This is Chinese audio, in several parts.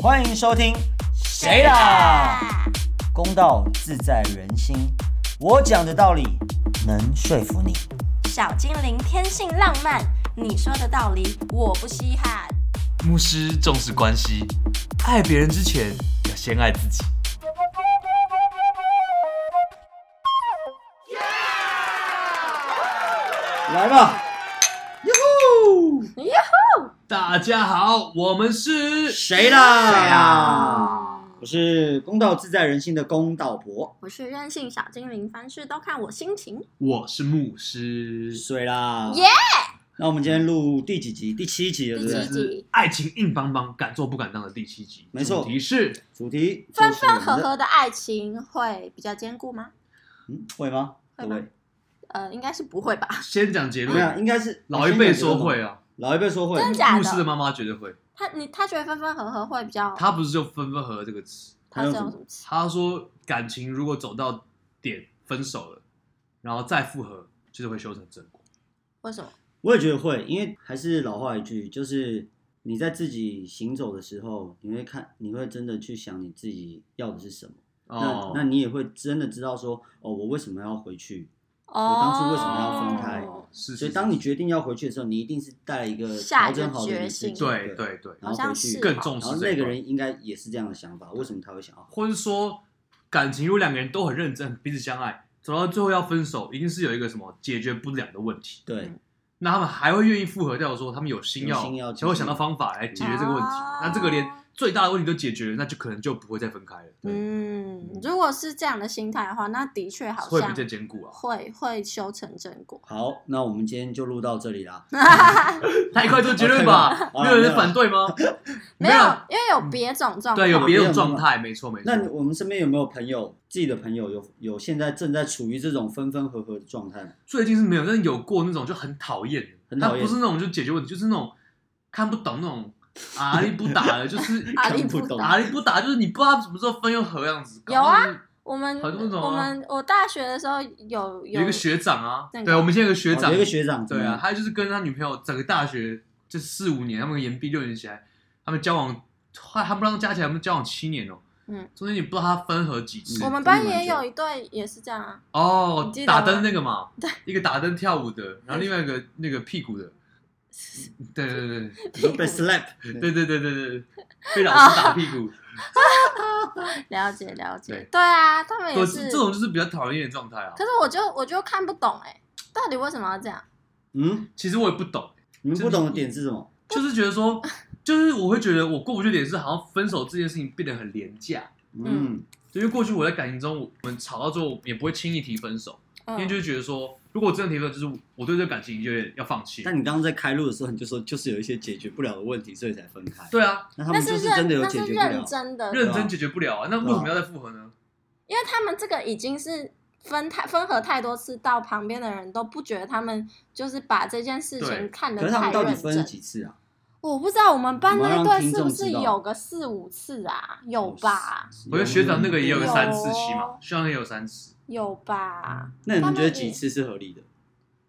欢迎收听《谁啦》，公道自在人心，我讲的道理能说服你。小精灵天性浪漫，你说的道理我不稀罕。牧师重视关系，爱别人之前要先爱自己。来吧，大家好，我们是谁啦？谁啦？我是公道自在人心的公道伯，我是任性小精灵，凡事都看我心情。我是牧师，谁啦？耶！那我们今天录第几集？第七集了，对不这第七对？集是爱情硬邦邦，敢做不敢当的第七集，没错主题是主题分分合就是我们的，合的爱情会比较坚固吗？嗯，会吗？会不吗会？呃，应该是不会吧？ 先讲结没有，论，应该是老一辈说会，啊，老一辈说会，真假牧师的妈妈绝对会，他你他觉得分分合合会比较，她不是就分分合合这个词，他是用什么词？她说感情如果走到点分手了，然后再复合，就是会修成正果。为什么？我也觉得会，因为还是老话一句，就是你在自己行走的时候，你会看，你会真的去想你自己要的是什么。哦，那那你也会真的知道说，哦，我为什么要回去？哦当初为什么要分开哦是，所以是当你是决定要回去的时候，你一定是带一个调下一个整好的你自己决心对对对，然后回好像去是哦更重然视后这一那个块人应该也是这样的想法，为什么他会想要回？或是说感情如果两个人都很认真、彼此相爱，走到最后要分手，一定是有一个什么解决不了的问题。对嗯，那他们还会愿意复合掉，说他们有心有心要要，才会想到方法来解决这个问题。哦那这个连最大的问题都解决了，那就可能就不会再分开了，对，嗯，如果是这样的心态的话，那的确好会比像较坚固啊。 会会修成正果。好，那我们今天就录到这里啦。太快做结论吧 OK 吧好，啦没没有有人啦反对吗？没有，因为有别种状 况，对，有别别种人状嘛态，没错没错那。你我们身边有没有朋友，自己的朋友有有现在正在处于这种分分合合的状态吗？最近是没有，但是有过那种就很讨厌的，很讨厌他不是那种就解决问题，就是那种看不懂那种阿里不打的，就是 阿力看不不懂懂。打力不打，就是你不知道他什么时候分又合样子。有啊，我们很多种啊我们我大学的时候有有一个学长啊，那个对，我们现在有个学哦长，有一个学长，对啊，，他就是跟他女朋友整个大学就四五年，他们延毕六年起来，他们交往，他他们让加起来，他们交往七年哦。嗯，中间你不知道他分合几次我们真班的蛮也久有一对也是这样啊，哦你记，得吗打灯那个嘛，一个打灯跳舞的，然后另外一个那个屁股的，嗯对对对对嗯你说被 slap， 对对对对对，被老啊师打屁 股，了解了解对，对啊，他对，们这也是这，种就是比较讨厌的状态啊可。是我就我就看不懂哎，到底为什么要这样？嗯，其实我也不 懂，你们不懂的点是什么？就是觉得说，就是我会觉得我过不去的点是，好像分手这件事情变得很廉价。嗯，对因为过去我在感情中，我们吵到最后也不会轻易提分手，因为嗯，就是觉得说，如果我真的提分手，就是我对这个感情就有点要放弃。但你刚刚在开路的时候，你就说就是有一些解决不了的问题，所以才分开。对啊，那他那们是就是认真的有那解是决不了认，真的，认真解决不了啊，那为什么要再复合呢？因为他们这个已经是分太分合太多次，到旁边的人都不觉得他们就是把这件事对情看可得是他太们到底认分了真。几次啊？我不知道我们班那一我们要让对听是众不是知道哦有个四五次啊？有吧？我觉得学长那个也有个有三次期嘛哦，学长也有三次。有吧？那你们觉得几次是合理的？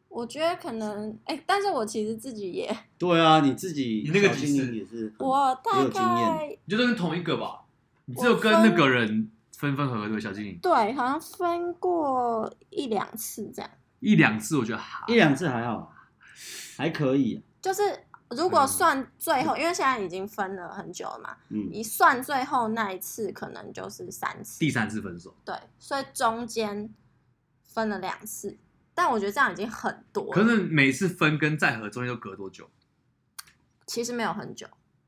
我觉得可能哎、但是我其实自己也，对啊，你自己你那个小几精灵次也是很，我大也嗯有经概验你就跟同一个吧，你只我有跟分那个人分分合合对小精灵对，好像分过一两次这样。一两次，我觉得还一两次还好，啊还可以。啊就是如果算最后，因为现在已经分了很久了嘛，嗯，一算最后那一次可能就是三次第。三次分手。对，所以中间分了两次，但我觉得这样已经很多可了。是每次分跟再合中间都隔多久？其实没有很久，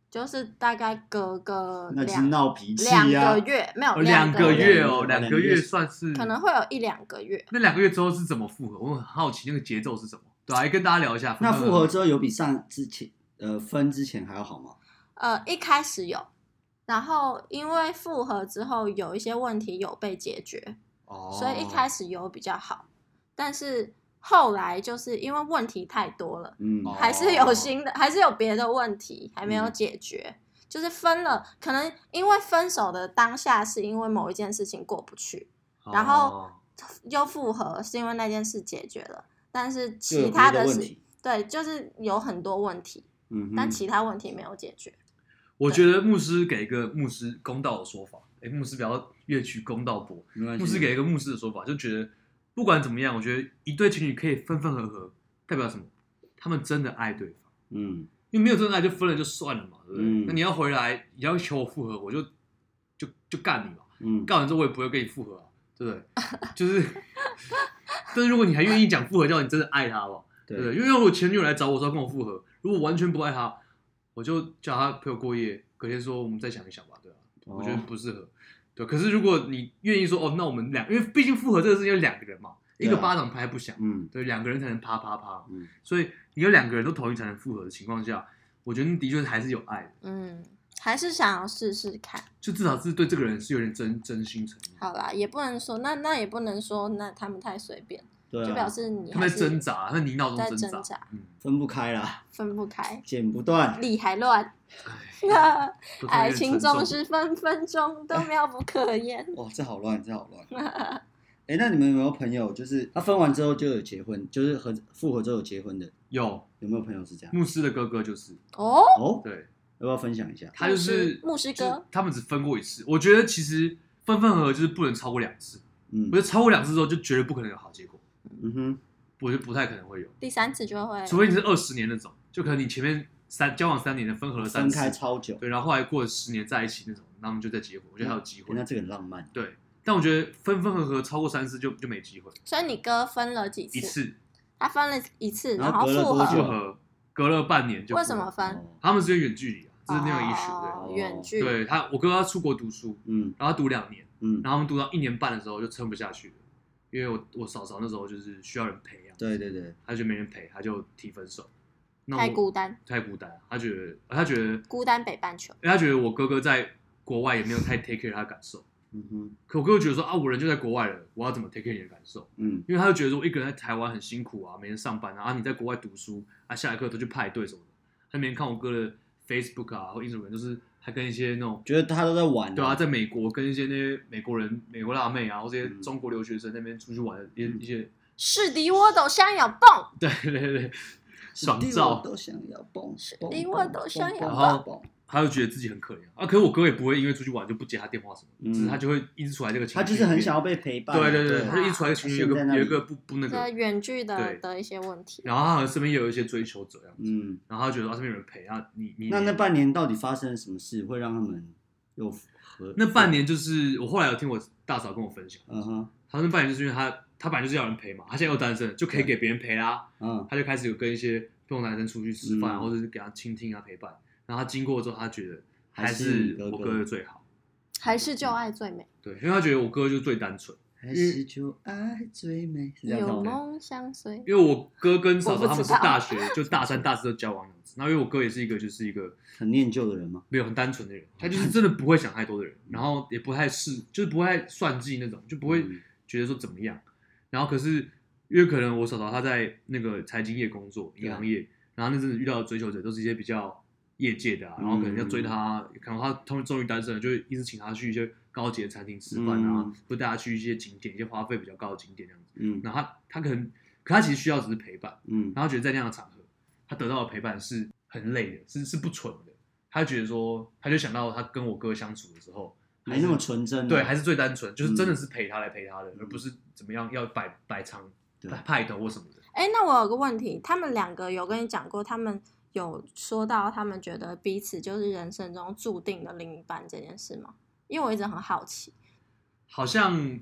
就是大概隔个那就是两闹脾气啊两呀个。月，没有哦两个个月哦，两两个月个月算是可能会有一两个月。那两个月之后是怎么复合？我很好奇那个节奏是什么。对、啊，来跟大家聊一下。那分复合之后有比上之前呃分之前还要好吗？呃，一开始有，然后因为复合之后有一些问题有被解决，哦，所以一开始始有比较好，但是后来就是因为问题太多了。嗯，哦还是有新的，还是有别的问题还没有嗯解决，就是分了，可能因为分手的当下是因为某一件事情过不去，然哦后又复合是因为那件事解决了，但就是有其别他的问事题。对，就是有很多问题，嗯哼，但其他问题没有解决。我觉得牧师给一个牧师公道的说法，哎，牧师不要越取公道博，没嗯关系牧师给一个牧师的说法，就觉得不管怎么样，我觉得一对情侣可以分分合合，代表什么？他们真的爱对方。嗯因为没有真的爱就分了就算了嘛，对不对？嗯那你要回来，你要求我复合，我就就就干你嘛，嗯，干完之后我也不会跟你复合啊，对不对？ 就是，但是如果你还愿意讲复合，叫你真的爱他吧，对不对？对，因为我前女友来找我说要跟我复合，如果完全不爱他，我就叫他陪我过夜，隔天说我们再想一想吧，对吧、哦我觉得不适合。对，可是如果你愿意说哦，那我们两，因为毕竟复合这个事情有两个人嘛，一个对啊巴掌拍不响，嗯对，两个人才能啪啪啪。嗯所以你有两个人都同意才能复合的情况下，我觉得的确还是有爱的，嗯，还是想要试试看。就至少是对这个人是有点真真心诚意，好啦，也不能说那那也不能说那他们太随便，对就啊表，示你他们还在挣是扎，他在泥淖在中挣挣扎嗯，分不开啦，分不开，剪不断，理 还乱。都突然爱有点情沉总重是分分 钟都妙不可言。哇，这好乱，这好乱。 哎、那你们有没有朋友，就是他分完之后就有结婚，就是和复合之后有结婚的，有有没有朋友是这样？牧师的哥哥就是，哦，哦，对要不要分享一下？他就是牧师牧师哥就是他们只分过一次，我觉得其实分分合合就是不能超过两次，嗯我觉，得超过两次之后就绝对不可能有好结果，嗯哼，我觉得不太可能会有，第三次就会除非你是二十年那种，就可能你前面三交往三年的分合了三分次，开超久，对，然后后来过了十年在一起那种，那他们就在结婚，我觉得还有机诶嗯会。那这个很浪漫，对，但我觉得分分合合超过三次就就没机会，所以你哥分了几次？一次他分了一次，然后后隔了复多复久合，合隔了半年就为复什合么？分？哦他们之间远距离啊，这是另外一个 issue 哦对远距对。对他，我哥他出国读书，嗯然后他读两年，嗯，然后他们读到一年半的时候就撑不下去了，因为我我嫂嫂那时候就是需要人陪啊，对对对，他就没人陪，他就提分手。那太我孤单，太孤单，他觉得他觉得孤单北半球。他觉得我哥哥在国外也没有太 take care 他的感受，嗯哼，可我哥哥觉得说啊，我人就在国外了，我要怎么 take care 你的感受？嗯因为他就觉得说，我一个人在台湾很辛苦啊，每天上班啊，啊你在国外读书啊，下一课都去派对什么的。他每天看我哥的 Facebook 啊或 Instagram，就是他跟一些那种觉得他都在玩、对啊，，在美国跟一些那些美国人、美国辣妹啊，或这些嗯中国留学生那边出去玩的一些嗯一些，是敌我都想要蹦，对对对对，爽敌我照，都想要蹦，是蹦敌蹦我都想要蹦蹦蹦蹦他就觉得自己很可怜啊。可是我哥也不会因为出去玩就不接他电话什么的，嗯只是他就会一直处在这个情绪他里面，就是很想要被陪伴啊，对对对，对他就一直处在这个情绪，有他个陷在那里有一个不不那这个，远距的对的一些问题。然后他好像身边也有一些追求者啊，嗯。然后他觉得啊身边有人陪啊，你你那那半年到底发生了什么事，会让他们又和那半，年就是我后来有听我大嫂跟我分享，嗯哼，她说那半年就是因为她她本来就是要人陪嘛，她现在又单身，就可以给别人陪啦，嗯她就开始有跟一些不同男生出去吃饭啊，嗯或者是给他倾听啊陪伴，然后她经过之后，她觉得还还是你是哥哥我哥哥最好，还是旧爱最美，对，因为她觉得我哥就是最单纯，嗯啊还是就爱最美，是这样有唱的。梦相随。因为我哥跟嫂我嫂不知他们是道大学就大三大四都交往那样子，然后因为我哥也是一个就是一个很念旧的人吗？没有很单纯的人，他就是哦真的不会想太多的人，然后也不太是，就是不太算计那种，就不会嗯觉得说怎么样。然后可是因为可能我嫂嫂她在那个财经业工作，对啊银行业，然后那阵子遇到的追求者都是一些比较业界的、啊，嗯然后可能要追她，可能她终终于单身了，就会一直请她去一些高级的餐厅吃饭啊，嗯或带她去一些景点，一些花费比较高的景点这样子。嗯然后她她可能，可她其实需要只是陪伴，嗯然后他觉得在那样的场合，他得到的陪伴是很累的，是是不纯的。他觉得说，他就想到他跟我哥相处的时候，还没是那么纯真啊，对，还是最单纯，就是嗯真的是陪他来陪他的，而不是怎么样要摆摆场对派头或什么的。哎，那我有个问题，他们两个有跟你讲过，他们有说到他们觉得彼此就是人生中注定的另一半这件事吗？因为我一直很好奇。好像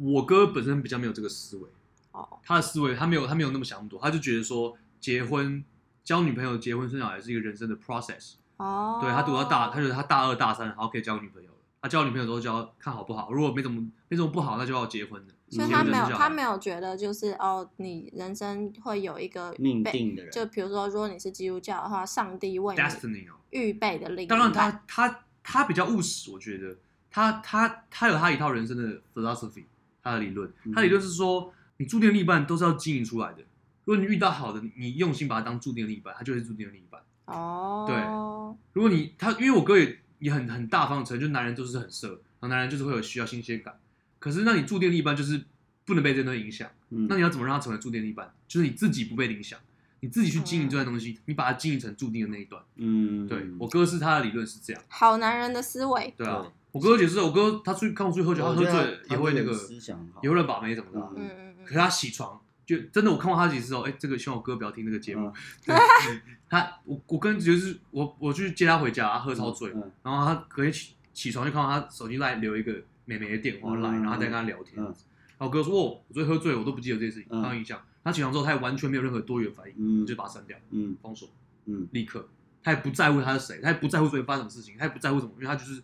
我哥本身比较没有这个思维，哦，他的思维他没有他没有那么想那么多，他就觉得说结婚。交女朋友、结婚、生小孩是一个人生的 process。哦，对他读到大，他觉得他大二、大三，然后可以交女朋友了。他交女朋友之后就要看好不好，如果没怎么没怎么不好，那就要结婚了。所以结他婚就没有，生小他孩没有觉得就是哦，你人生会有一个命被，定的人，就比如说，如果你是基督教的话，上帝为你 destiny 哦。预备的另一当然他，半他他比较务实，我觉得他他他有他一套人生的 philosophy，他的理论，嗯他的理论是说，你注定的另一半都是要经营出来的。如果你遇到好的，你用心把它当注定的另一半，他就是注定的另一半。哦，如果你他，因为我哥也也很很大方地承认，就男人就是很色，然后男人就是会有需要新鲜感。可是，那你注定的另一半就是不能被这些东西影响。嗯那你要怎么让他成为注定另一半？就是你自己不被影响，你自己去经营这段东西，你把它经营成注定的那一段。嗯，对我哥是他的理论是这样，好男人的思维，对啊对。哦我哥也是，我哥他出去看我出去喝酒，我他觉喝得醉他也会那个他思想很好也会乱把妹什么的啊。嗯嗯嗯可是嗯，他起床就真的，我看过他几次哦。哎，这个希望我哥不要听这个节目嗯。对他我我跟就是我我去接他回家，他喝超醉，嗯然后他隔天起起床就看到他手机来留一个妹妹的电话来，嗯然后他在跟他聊天。嗯然后我哥说：“哦，我昨天喝醉了，我都不记得这件事情，嗯他有印象。”他起床之后，他也完全没有任何多余的反应，嗯就把他删掉，嗯封锁，嗯立刻。他也不在乎他是谁，他也不在乎昨天发生什么事情，他也不在乎什么，因为他就是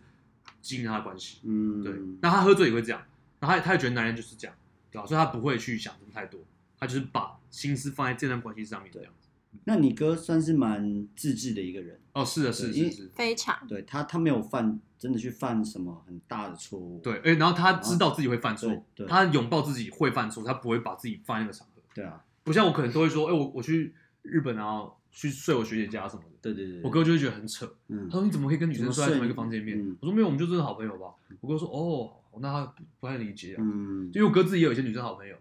经营他的关系。嗯，对，那他喝醉也会这样，然后他他也觉得男人就是这样，对吧、所以他不会去想什么太多，他就是把心思放在这段关系上面这样子。那你哥算是蛮自制的一个人，哦，是的，是对的因是为的是的，非常对他他没有犯真的去犯什么很大的错误，对，哎、然后他知道自己会犯错，哦对对他拥抱自己会犯错，他不会把自己放在那个场合，对啊，不像我可能都会说，哎、我我去日本啊，去睡我学姐家什么的，对对对，我哥就会觉得很扯，嗯他说你怎么可以跟女生睡在同一个房间里怎么睡面嗯？我说没有，我们就真的好朋友吧。我哥说哦，那他不不太理解啊，嗯，因为我哥自己也有一些女生好朋友，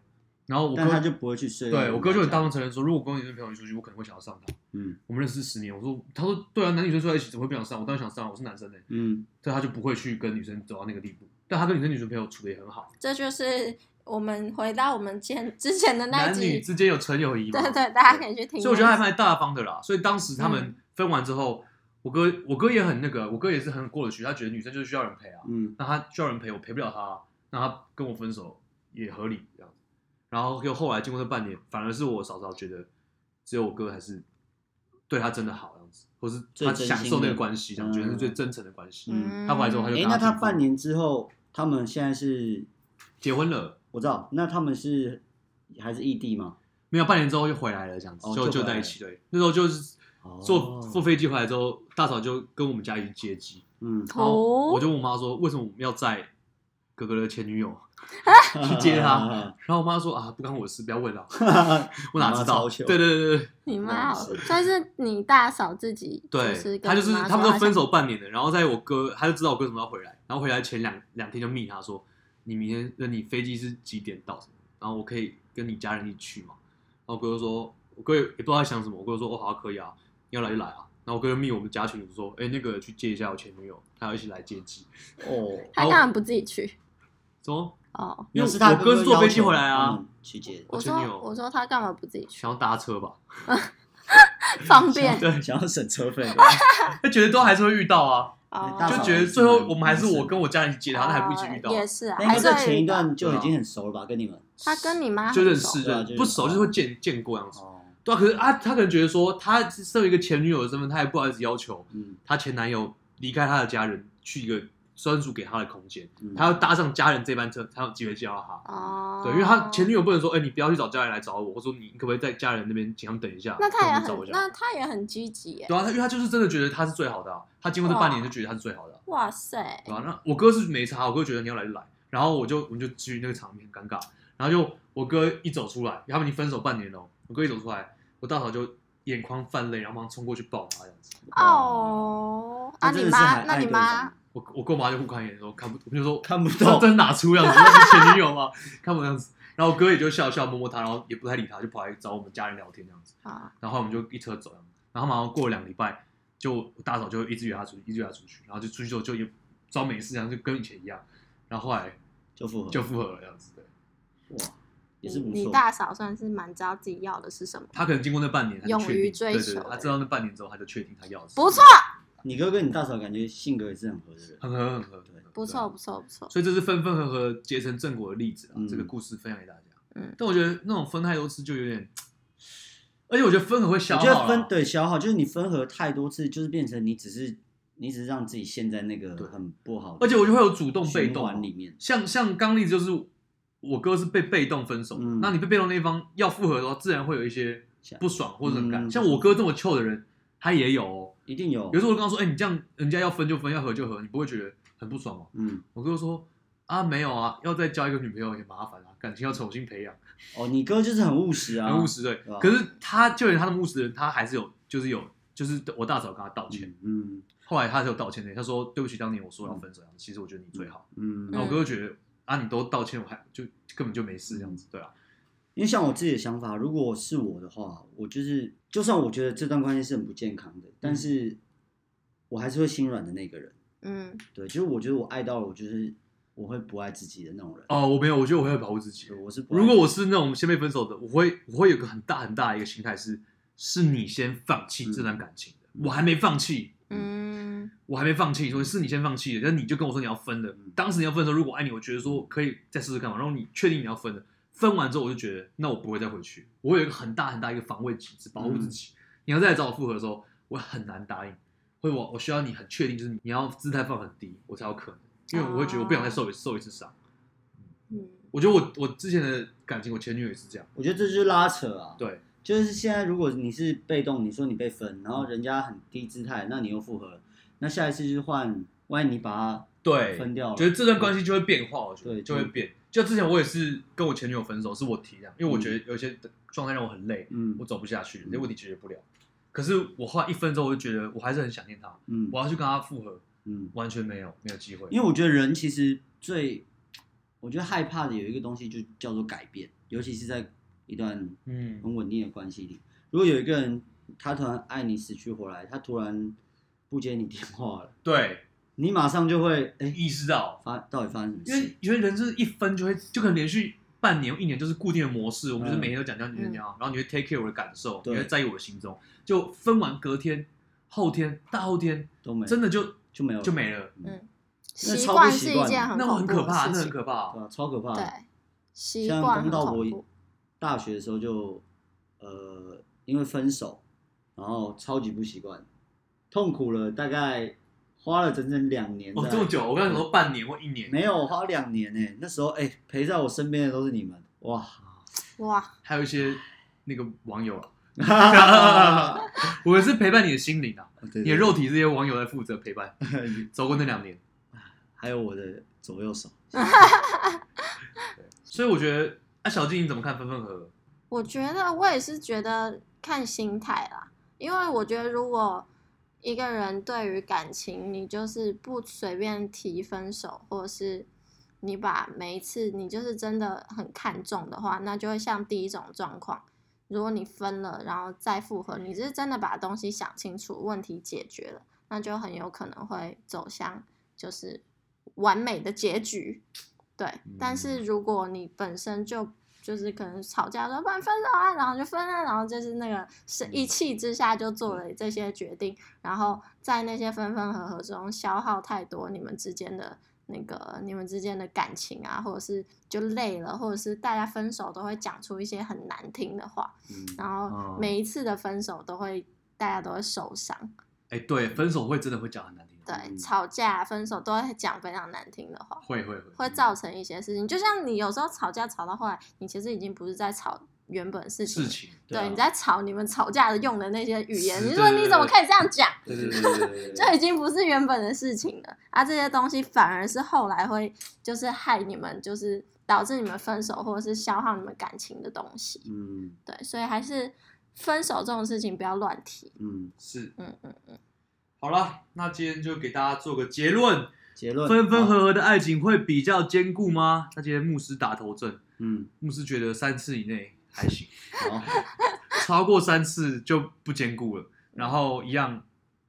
然后我但哥他就不会去睡，啊对我哥就很大方承认说，如果我跟女生朋友出去，我可能会想要上她。嗯我们认识十年，我说，他说对啊，男女生睡在一起怎么会不想上？我当然想上，我是男生呢、欸。嗯所以他就不会去跟女生走到那个地步。但他跟女生女生朋友处的也很好，这就是我们回到我们前之前的那一男女集，之间有纯友谊嘛。 对对，大家可以去听那一集。所以我觉得还蛮大方的啦。所以当时他们嗯分完之后，我哥我哥也很那个，我哥也是很过得去，他觉得女生就是需要人陪啊。嗯那他需要人陪，我陪不了他，那他跟我分手也合理这样子。然后又后来经过这半年，反而是我嫂嫂觉得只有我哥还是对他真的好这样子，或是最他真心享受那个的关系，这样嗯觉得是最真诚的关系。嗯他回来之后他就哎、跟那他他提出半年之后，他们现在是结婚了，我知道，那他们是还是异地吗？没有半年之后又回来了这样子，哦就就就回来在一了起。对，那时候就是坐哦坐飞机回来之后，大嫂就跟我们家一起接机，嗯，然后哦我就问我妈说，为什么我们要载哥哥的前女友去接 哦他？然后我妈说啊，不关我的事，不要问了。我哪知你妈道？超对糗对对对你妈好是，但是你大嫂自己嗯对，是对，跟他就是你妈他们说啊都分手半年了，然后在我哥，他就知道我哥什么时候回来，然后回来前两两天就密他说，你明天那你飞机是几点到什么？然后我可以跟你家人一起去嘛？然后我哥就说，我哥也也不知道他想什么，我哥就说，哦好啊可以啊，你要来就来啊。然后我哥就密我们家群主说，哎那个去接一下我前女友，他要一起来接机。哦，他干嘛不自己去？怎么？哦，因为那是他我哥是坐飞机要求嗯回来啊他们去接，我前说女友我说他干嘛不自己去？想要搭车吧？方便对，想要省车 费，他觉得都还是会遇到啊，哦，大嫂就觉得最后我们还是我跟我家人一起接他，哦那还不一起遇到，也是啊，那应还该是在会前一遇到段就已经啊很熟了吧？跟你们他跟你妈就很认熟识对啊就的认识不熟就是会见见过这样子。哦，对啊，可是啊，他可能觉得说，他身为一个前女友的身份，他也不好意思要求嗯，他前男友离开他的家人，去一个专属给他的空间，嗯他要搭上家人这班车才有机会见到他。哦，对，因为他前女友不能说，哎、你不要去找家人来找我，或者说你可不可以在家人那边请他们等一下，那他也让们找我很一下。那他也很积极耶，对啊，他因为他就是真的觉得他是最好的、啊，他经过这半年就觉得他是最好的啊、哇塞，对吧、那我哥是没差，我哥觉得你要来就来，然后我就我们就去那个场面很尴尬，然后就我哥一走出来，他们已经分手半年了哦，我哥一走出来，我大嫂就眼眶泛泪，然后马上冲过去抱他这样子，哦，啊，这你真的是妈还，那爱你对妈方，我我跟我妈就互看一眼说看不，我们就说 看不这懂，真哪出样子，那是前女友吗？看不懂样子，然后我哥也就笑笑摸摸他，然后也不太理他，就跑来找我们家人聊天这样子。啊，然后我们就一车走，然后马上过了两个礼拜，就我大嫂就一直约他出去，一直约他出去，然后就出去之后就也装没事，然后就跟以前一样，然后后来就复合，就复合了这样子。对，哇，也是不你错，大嫂算是蛮知道自己要的是什么，他可能经过那半年，他就勇确于定，追对求对对，他知道那半年之后，他就确定他要的是不错，你哥跟你大嫂感觉性格也是很合的人，很合很合，啊对啊不错，不错，不错，所以这是分分合合结成正果的例子啊，嗯这个故事分享给大家。嗯但我觉得那种分太多次就有点，而且我觉得分合会消我耗啊觉得啦。分对消耗，就是你分合太多次，就是变成你只是你只是让自己陷在那个对很不好的，而且我就会有主动被动啊环里面，像像刚例子就是我哥是被被动分手，嗯那你被被动那一方要复合的话，自然会有一些不爽或者很感。嗯像我哥这么臭的人，他也有、哦。一定有有，时候我跟他说：“哎、你这样人家要分就分，要合就合，你不会觉得很不爽吗嗯，？”我哥就说：“啊，没有啊，要再交一个女朋友也麻烦啊，感情要重新培养，哦，你哥就是很务实啊，很务实对。啊可是他就连他那么务实的人，他还是有，就是有，就是我大嫂跟他道歉，嗯，嗯后来他是有道歉的，他说：“对不起，当年我说要分手，其实我觉得你最好。”嗯嗯嗯然后我哥就觉得啊，你都道歉，我还就根本就没事这样子，对啊。因为像我自己的想法，如果是我的话，我就是就算我觉得这段关系是很不健康的，嗯但是我还是会心软的那个人。嗯，对，就是我觉得我爱到了，我就是我会不爱自己的那种人。哦，我没有，我觉得我会保护自己对，。我是不爱如果自我是那种先被分手的，我会我会有个很大很大的一个心态是，是你先放弃嗯这段感情的，我还没放弃，嗯我还没放弃，所以是你先放弃的，但你就跟我说你要分的嗯。当时你要分的时候，如果我爱哎你，我觉得说可以再试试看嘛。然后你确定你要分了，分完之后我就觉得，那我不会再回去，我会有一个很大很大一个防卫机制保护自嗯己。你要再来找我复合的时候，我很难答应，会我我需要你很确定，就是你要姿态放很低，我才有可能，因为我会觉得我不想再受一受一次伤。嗯我觉得我我之前的感情，我前女友也是这样，我觉得这就是拉扯啊。，对。就是现在如果你是被动，你说你被分，然后人家很低姿态，那你又复合了，那下一次就是换，万一你把他对，分掉了觉得这段关系就会变化，我觉得对就会变。就之前我也是跟我前女友分手，是我提的，因为我觉得有一些状态让我很累，嗯我走不下去，嗯这问题解决不了。可是我后来一分之后，我就觉得我还是很想念她，嗯我要去跟她复合，嗯，完全没有没有机会。因为我觉得人其实最，我觉得害怕的有一个东西就叫做改变，尤其是在一段嗯很稳定的关系里，如果有一个人他突然爱你死去活来，他突然不接你电话了，对，你马上就会哎、意识到，发到底发生什么因为事？因为人就是一分就会，就可能连续半年一年就是固定的模式，我们就是每天都讲讲讲讲，然后你会 take care 我的感受，嗯你对会在意我的心中，就分完隔天、后天、大后天，都没真的的就就没有就没了。嗯，那习超不惯习是一惯件的很那我很恐怖可的怕，事那很情，可怕。对啊，超可怕的。对，习像惯龚很道博恐怖，大学的时候就呃因为分手，然后超级不习惯，痛苦了大概花了整整两年。哦，这么？久，我刚才说半年或一年，没有，花两年呢、那时候哎、陪在我身边的都是你们，哇！哇，还有一些那个网友啊，我是陪伴你的心灵啊，对对你的肉体这些网友在负责陪伴，走过那两年， 还有我的左右 手，所以我觉得，啊，小静你怎么看分分合合？我觉得我也是觉得看心态啦，因为我觉得如果一个人对于感情，你就是不随便提分手，或者是你把每一次你就是真的很看重的话，那就会像第一种状况，如果你分了然后再复合，你是真的把东西想清楚，问题解决了，那就很有可能会走向就是完美的结局。对，但是如果你本身就就是可能吵架说不然分手啊，然后就分啊，然后就是那个是一气之下就做了这些决定，然后在那些分分合合中消耗太多你们之间的那个你们之间的感情啊，或者是就累了，或者是大家分手都会讲出一些很难听的话，嗯，然后哦每一次的分手都会大家都会受伤，哎，对，分手会真的会讲很难听，对，嗯吵架分手都会讲非常难听的话。会会会，会造成一些事情。就像你有时候吵架吵到后来，你其实已经不是在吵原本事情，事情，对,、对啊你在吵你们吵架的用的那些语言。是你说对你怎么可以这样讲？对对对对对 这已经不是原本的事情了啊！这些东西反而是后来会就是害你们，就是导致你们分手或者是消耗你们感情的东西。嗯对，所以还是分手这种事情不要乱提。嗯，是，嗯嗯好了，那今天就给大家做个结论，结论分分合，合的爱情会比较坚固吗？那今天牧师打头阵，嗯，牧师觉得三次以内还行。好，超过三次就不兼顾嗯了。然后一样，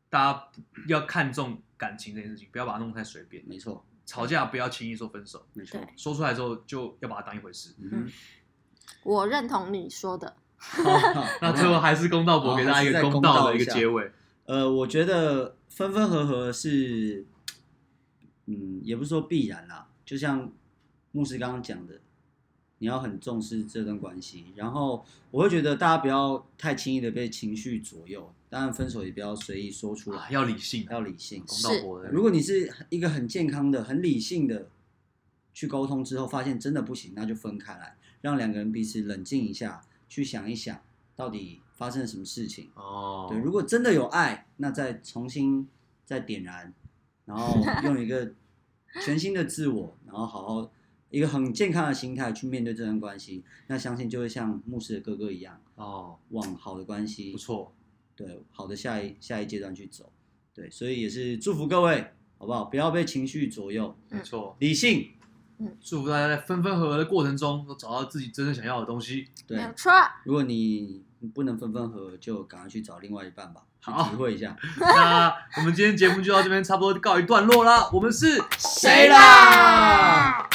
大家要看重感情这件事情，不要把它弄得太随便。没错吵架不要轻易说分手，没错对，说出来之后就要把它当一回事。嗯哼，我认同你说的， 好那最后还是公道博好给大家一还是个再公公道道的一一个下结尾。呃，我觉得分分合合是，嗯，也不是说必然啦，就像牧师刚刚讲的，你要很重视这段关系。然后我会觉得大家不要太轻易的被情绪左右，当然分手也不要随意说出啊哦来，要理性，要理性。公道博的。如果你是一个很健康的、很理性的去沟通之后，发现真的不行，那就分开来，让两个人彼此冷静一下，去想一想到底发生了什么事情。哦，对，如果真的有爱，那再重新再点燃，然 后用一个全新的自我，然后好好一个很健康的心态去面对这段关系，那相信就会像牧师的哥哥一样，哦往好的关系不，错，对，好的下一下一阶段去走。对，所以也是祝福各位，好不好？不要被情绪左右，嗯没错。理性，嗯祝福大家在分分合合的过程中，都找到自己真正想要的东西。没对，有错。如果你不能分分合合，就赶快去找另外一半吧，去好体会一下。那我们今天节目就到这边，差不多告一段落啦。我们是谁啦？啦？